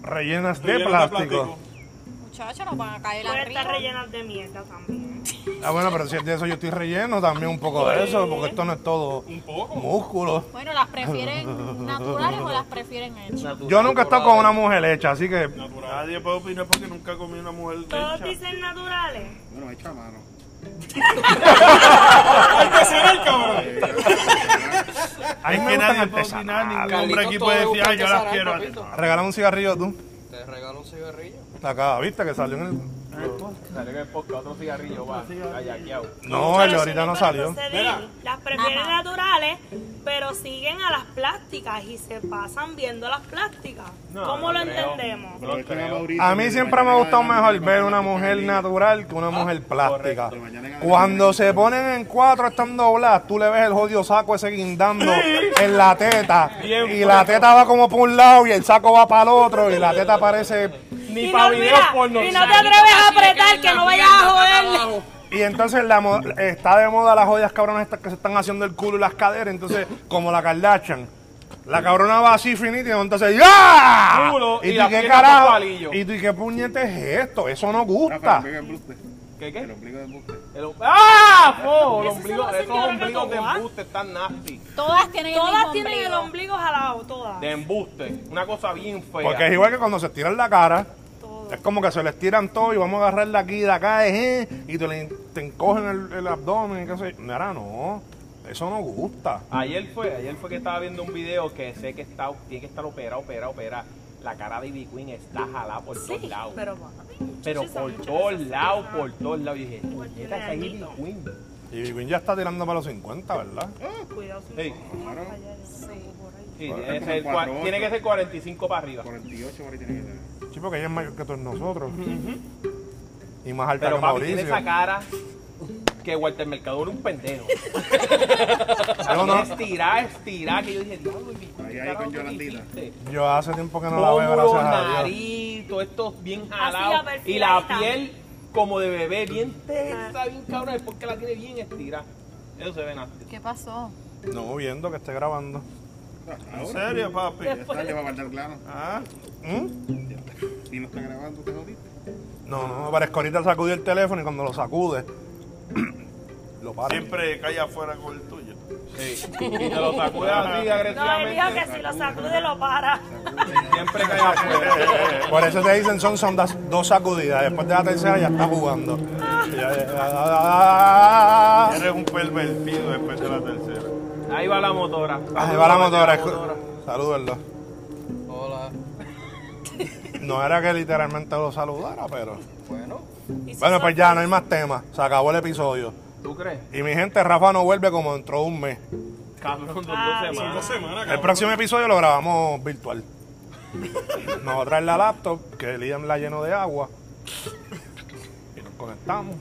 Speaker 3: Rellenas de
Speaker 10: Relleno de
Speaker 3: plástico.
Speaker 9: Muchachos, nos van a caer
Speaker 4: Puede
Speaker 9: la
Speaker 4: estar
Speaker 9: risa.
Speaker 4: rellenas de mierda también.
Speaker 3: Ah, bueno, pero si es de eso yo estoy relleno también un poco de eso, porque esto no es todo
Speaker 10: Un poco.
Speaker 3: músculo.
Speaker 9: Bueno, ¿las prefieren naturales o las prefieren hechas?
Speaker 3: Yo nunca he estado con una mujer hecha, así que
Speaker 8: Nadie puede opinar porque nunca comió una mujer
Speaker 4: Todos
Speaker 8: hecha.
Speaker 4: dicen naturales.
Speaker 8: Bueno, echa mano.
Speaker 10: Hay que cenar, cabrón.
Speaker 3: a mí me
Speaker 8: que
Speaker 3: gustan
Speaker 8: nadie puede
Speaker 3: artesanales.
Speaker 8: opinar, ningún hombre aquí puede decir, ay, yo las quiero.
Speaker 3: Regálame un cigarrillo tú.
Speaker 7: Te regalo un cigarrillo.
Speaker 3: Acá, viste que salió en el...
Speaker 5: Salió en el podcast otro cigarrillo, va. Callaqueado.
Speaker 3: No, el de ahorita no salió.
Speaker 4: Las prefieren
Speaker 9: Ajá.
Speaker 4: naturales, pero siguen a las plásticas y se pasan viendo las plásticas.
Speaker 5: No,
Speaker 4: ¿Cómo
Speaker 5: no
Speaker 4: lo
Speaker 5: creo.
Speaker 4: entendemos?
Speaker 5: No creo.
Speaker 3: A mí siempre me ha gustado mejor ver una mujer natural que una mujer plástica. Cuando se ponen en cuatro están dobladas, tú le ves el jodido saco ese guindando en la teta.
Speaker 5: Bien
Speaker 3: Y la
Speaker 5: puesto.
Speaker 3: teta va como por un lado y el saco va para el otro y la teta parece...
Speaker 5: Ni
Speaker 4: Y
Speaker 5: para
Speaker 4: no,
Speaker 5: videos
Speaker 4: mira,
Speaker 5: porno.
Speaker 4: y no te atreves a apretar, que no vayas a joder.
Speaker 3: Y entonces la mo- está de moda las jodidas cabronas estas que se están haciendo el culo y las caderas, entonces como la Kardashian. La cabrona va así finita y entonces ¡Ya!
Speaker 5: Culo y
Speaker 3: tú,
Speaker 5: la
Speaker 3: ¿qué
Speaker 5: pierna
Speaker 3: carajo?
Speaker 5: pa' palillo.
Speaker 3: ¿Y tú ¿y qué puñete es esto? Eso no
Speaker 8: Rafa,
Speaker 3: gusta.
Speaker 8: el ombligo de embuste.
Speaker 5: ¿Qué,
Speaker 8: El
Speaker 5: qué?
Speaker 8: ombligo de embuste.
Speaker 5: El- ¡Ah! po! El
Speaker 4: Eso se
Speaker 5: ombligo-
Speaker 4: lo hacen
Speaker 5: esos
Speaker 4: ahora
Speaker 5: ombligos
Speaker 4: cuando
Speaker 5: de
Speaker 4: va.
Speaker 5: embuste están nasty.
Speaker 9: Todas tienen el
Speaker 4: Todas
Speaker 9: mismo
Speaker 4: tienen el
Speaker 9: ombligo.
Speaker 4: ombligo jalado, todas.
Speaker 5: De embuste. Una cosa bien fea.
Speaker 3: Porque es igual que cuando se tiran la cara.
Speaker 4: Todo.
Speaker 3: Es como que se les tiran todo y vamos a agarrar de aquí, de acá, eh, eh, y te, le- te encogen el, el abdomen y qué sé yo. Mira, no, eso no gusta.
Speaker 5: Ayer fue, ayer fue que estaba viendo un video que sé que está, tiene que estar operado, operado, operado. La cara de Ivy Queen está jalada por todos
Speaker 4: Sí,
Speaker 5: lados.
Speaker 4: pero papi,
Speaker 5: Pero
Speaker 4: muchachos,
Speaker 5: por
Speaker 4: muchachos,
Speaker 5: todos
Speaker 4: esas
Speaker 5: lados,
Speaker 4: cosas.
Speaker 5: por todos lados. Y dije,
Speaker 4: Pues tiene
Speaker 5: "Puñeta, esa es Ivy
Speaker 4: añito".
Speaker 5: Queen.
Speaker 3: Y Big Queen ya está tirando para los 50, ¿verdad?
Speaker 4: Cuidado si
Speaker 5: Sí,
Speaker 4: Sí, por ahí.
Speaker 5: sí,
Speaker 8: Ahora
Speaker 5: tiene, que
Speaker 8: es
Speaker 5: ser,
Speaker 8: como
Speaker 5: cua-
Speaker 8: 48.
Speaker 5: tiene que ser 45 para arriba.
Speaker 8: 48 por ahí tiene que tener.
Speaker 3: Sí, porque ella es mayor que todos nosotros. Y más alta
Speaker 5: Pero
Speaker 3: que
Speaker 5: papi tiene
Speaker 3: Mauricio.
Speaker 5: esa cara que Walter Mercado era un pendejo.
Speaker 3: Yo no-
Speaker 5: Estirar, estirar, que yo dije, diablo, Ivy Queen,
Speaker 8: Ahí,
Speaker 5: ¿qué
Speaker 8: ahí
Speaker 5: carajo
Speaker 8: con
Speaker 5: tú
Speaker 8: Yolandita.
Speaker 5: hiciste?"
Speaker 3: Yo hace tiempo que no la veo,
Speaker 5: pómulo,
Speaker 3: gracias a Dios.
Speaker 5: nariz, todo esto bien
Speaker 4: Así la
Speaker 5: jalado. y la
Speaker 4: perfiladita.
Speaker 5: piel como de bebé, bien
Speaker 4: Ah.
Speaker 5: tensa, bien cabrón, es porque la tiene bien estirada. Eso se ve nasty.
Speaker 9: ¿Qué pasó?
Speaker 3: No, viendo que esté grabando.
Speaker 8: ¿En serio, papi? Ah, Ya está,
Speaker 4: Después-
Speaker 8: le va a guardar claro.
Speaker 3: ¿Mm?
Speaker 8: Y no está grabando, te jodiste.
Speaker 3: No, no, parezco ahorita sacudí el teléfono y cuando lo sacude, lo para.
Speaker 8: Siempre calla afuera con el tuyo.
Speaker 5: Sí. Y te lo sacudes así
Speaker 4: No, él dijo
Speaker 5: agresivamente.
Speaker 4: que si lo sacude lo para.
Speaker 5: Siempre cae afuera.
Speaker 3: Por eso te dicen son, son das- dos sacudidas. Después de la tercera ya está jugando.
Speaker 5: Ah.
Speaker 3: Ya- ya- ya-
Speaker 8: Eres un pervertido después de la tercera.
Speaker 5: Ahí va la motora.
Speaker 3: Ahí va la motora.
Speaker 5: motora.
Speaker 3: escu- Salúdenlo.
Speaker 7: Hola.
Speaker 3: No era que literalmente lo saludara, pero.
Speaker 7: Bueno.
Speaker 4: Y si
Speaker 3: Bueno,
Speaker 4: son-
Speaker 3: pues ya no hay más temas. Se acabó el episodio.
Speaker 5: ¿Tú crees?
Speaker 3: Y mi gente, Rafa no vuelve como dentro de un mes.
Speaker 5: Cabrón, dos,
Speaker 4: Ah,
Speaker 5: dos
Speaker 10: Dos
Speaker 5: semanas.
Speaker 10: semanas,
Speaker 3: El
Speaker 10: cabrón.
Speaker 3: próximo episodio lo grabamos virtual. Nos va a traer la laptop, que Liam la llenó de agua. Y nos conectamos.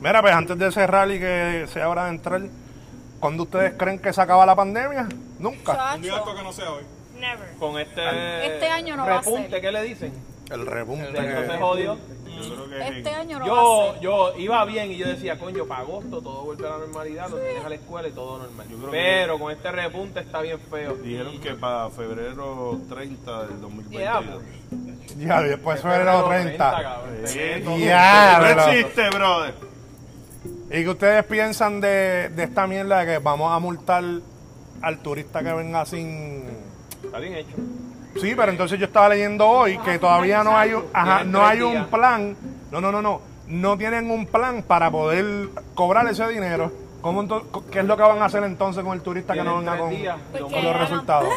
Speaker 3: Mira, pues antes de cerrar y que sea hora de entrar, ¿cuándo ustedes creen que se acaba la pandemia? Nunca.
Speaker 10: Un día esto que no sea hoy.
Speaker 4: Never.
Speaker 5: Con este,
Speaker 9: Este año no va a
Speaker 5: repunte,
Speaker 9: ser.
Speaker 5: ¿qué le dicen?
Speaker 3: El repunte
Speaker 5: Que no se
Speaker 3: Este que...
Speaker 5: jodió.
Speaker 8: Yo creo que
Speaker 9: Este año no va a
Speaker 5: Yo, yo iba bien y yo decía, coño, para agosto todo vuelve a la normalidad, nos tienes a la escuela y todo normal.
Speaker 8: creo que-
Speaker 5: Pero con este repunte está bien feo.
Speaker 8: dijeron que para febrero 30 del 2022.
Speaker 5: Yeah,
Speaker 3: Ya, después febrero 30.
Speaker 5: cabrón.
Speaker 8: Eso
Speaker 3: Diablo.
Speaker 8: no existe, brother.
Speaker 3: ¿Y qué ustedes piensan de, de esta mierda de que vamos a multar al turista que venga sin...
Speaker 5: Está bien hecho.
Speaker 3: Sí, pero entonces yo estaba leyendo hoy que todavía no hay, un- ajá,
Speaker 5: Tienen
Speaker 3: no
Speaker 5: tres
Speaker 3: hay un
Speaker 5: días.
Speaker 3: plan. No, no, no, no. No tienen un plan para poder cobrar ese dinero. ¿Cómo ento- co- ¿Qué es lo que van a hacer entonces con el turista que no
Speaker 5: Tienen
Speaker 3: venga
Speaker 5: tres
Speaker 3: con,
Speaker 5: días.
Speaker 9: Pues
Speaker 3: con
Speaker 4: Porque
Speaker 3: los
Speaker 4: hagan
Speaker 3: resultados?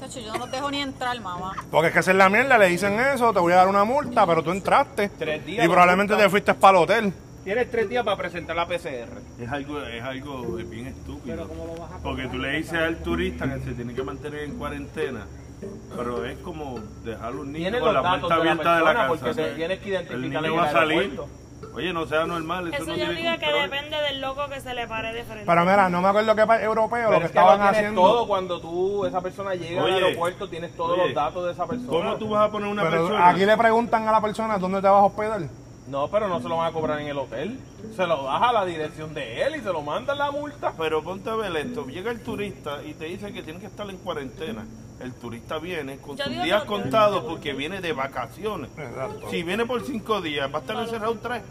Speaker 9: Chacho, yo no los dejo ni entrar, mamá.
Speaker 3: Porque es que esa es la mierda, le dicen eso, te voy a dar una multa, pero tú entraste.
Speaker 5: Tres días,
Speaker 3: Y
Speaker 5: la
Speaker 3: probablemente
Speaker 5: multa.
Speaker 3: te fuiste para el hotel.
Speaker 5: Tienes tres días para presentar la PCR.
Speaker 8: Es algo, es algo bien estúpido. Porque tú le dices al turista que se tiene que mantener en cuarentena, pero es como dejar a un niño
Speaker 5: Tienes
Speaker 8: con
Speaker 5: los
Speaker 8: la
Speaker 5: datos
Speaker 8: puerta
Speaker 5: de la
Speaker 8: abierta de la
Speaker 5: persona,
Speaker 8: casa.
Speaker 5: porque te tienes que identificar
Speaker 8: El
Speaker 5: en
Speaker 8: niño
Speaker 5: el
Speaker 8: va a salir.
Speaker 5: aeropuerto.
Speaker 8: Oye, no sea normal, eso,
Speaker 4: Eso
Speaker 8: no
Speaker 4: yo
Speaker 8: tiene
Speaker 4: digo que
Speaker 8: control.
Speaker 4: depende del loco que se le pare de frente.
Speaker 3: Pero mira, no me acuerdo qué país europeo lo
Speaker 5: Pero
Speaker 3: que
Speaker 5: es que lo
Speaker 3: estaban
Speaker 5: tienes
Speaker 3: haciendo.
Speaker 5: todo cuando tú, esa persona llega al
Speaker 8: Oye,
Speaker 5: aeropuerto, tienes todos
Speaker 8: oye,
Speaker 5: los datos de esa persona.
Speaker 8: ¿Cómo tú vas a poner una
Speaker 3: pero
Speaker 8: persona?
Speaker 3: aquí le preguntan a la persona dónde te vas a hospedar.
Speaker 5: No, pero no se lo van a cobrar en el hotel. Se lo das a la dirección de él y se lo mandan la multa.
Speaker 8: Pero ponte a ver esto, llega el turista y te dice que tiene que estar en cuarentena. El turista viene con
Speaker 4: Yo
Speaker 8: sus
Speaker 4: digo
Speaker 8: días
Speaker 4: que-
Speaker 8: contados porque viene de vacaciones.
Speaker 3: Exacto.
Speaker 8: Si viene por cinco días, va a estar encerrado tres.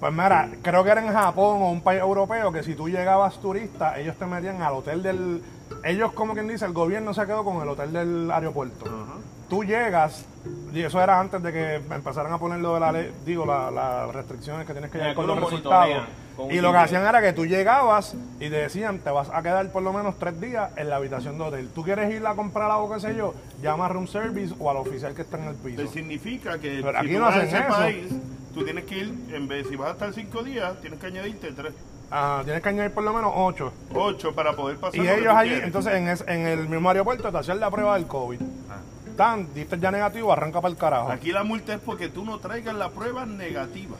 Speaker 3: Pues mira, creo que era en Japón o un país europeo que si tú llegabas turista, ellos te metían al hotel del... Ellos, como quien dice, el gobierno se quedó con el hotel del aeropuerto. Tú llegas, y eso era antes de que empezaran a poner lo de la ley, digo, la- las restricciones que tienes que
Speaker 5: Y
Speaker 3: llegar con los
Speaker 5: algunos
Speaker 3: resultados.
Speaker 5: monitorean con un
Speaker 3: Y lo que
Speaker 5: ticket.
Speaker 3: hacían era que tú llegabas y te decían, te vas a quedar por lo menos tres días en la habitación de hotel. Tú quieres ir a comprar algo, qué sé yo, llama a room service o al oficial que está en el piso.
Speaker 8: Entonces, significa que
Speaker 3: Pero
Speaker 8: si
Speaker 3: aquí
Speaker 8: tú
Speaker 3: no
Speaker 8: vas a
Speaker 3: hacen
Speaker 8: ese
Speaker 3: eso.
Speaker 8: país, tú tienes que ir, en vez, si vas a estar cinco días, tienes que añadirte tres,
Speaker 3: Ah, tienes que añadir por lo menos ocho.
Speaker 8: ocho para poder pasar.
Speaker 3: Y
Speaker 8: lo que tú
Speaker 3: ellos allí,
Speaker 8: quieres.
Speaker 3: entonces en, es- en el mismo aeropuerto te hacían la prueba del COVID.
Speaker 5: Ah.
Speaker 3: Tan, diste ya negativo, arranca para el carajo.
Speaker 8: Aquí la multa es porque tú no traigas la prueba negativa.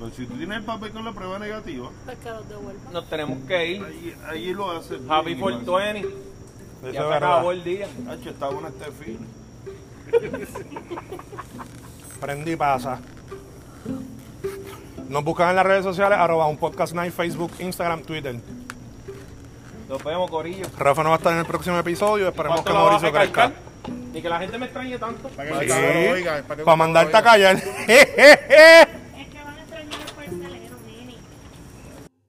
Speaker 8: Pues si tú tienes el papel con la prueba negativa,
Speaker 4: Pues que los devuelvan.
Speaker 5: Nos tenemos que ir.
Speaker 8: ahí, ahí lo haces.
Speaker 5: Happy
Speaker 8: por
Speaker 5: for 20.
Speaker 3: Eso es
Speaker 5: Ya se
Speaker 3: verdad.
Speaker 5: acabó el día.
Speaker 8: Hacho, está bueno este fin.
Speaker 3: Prende y pasa. Nos buscan en las redes sociales, arroba un podcast night, Facebook, Instagram, Twitter.
Speaker 5: Nos vemos, Corillo.
Speaker 3: Rafa no va a estar en el próximo episodio, esperemos
Speaker 5: ¿Cuánto
Speaker 3: que
Speaker 5: la vas a
Speaker 3: Mauricio crezca.
Speaker 5: recalcar? Ni que la gente me extrañe tanto.
Speaker 3: Sí, para mandarte a callar.
Speaker 4: Es que van a extrañar el parcelero, nene.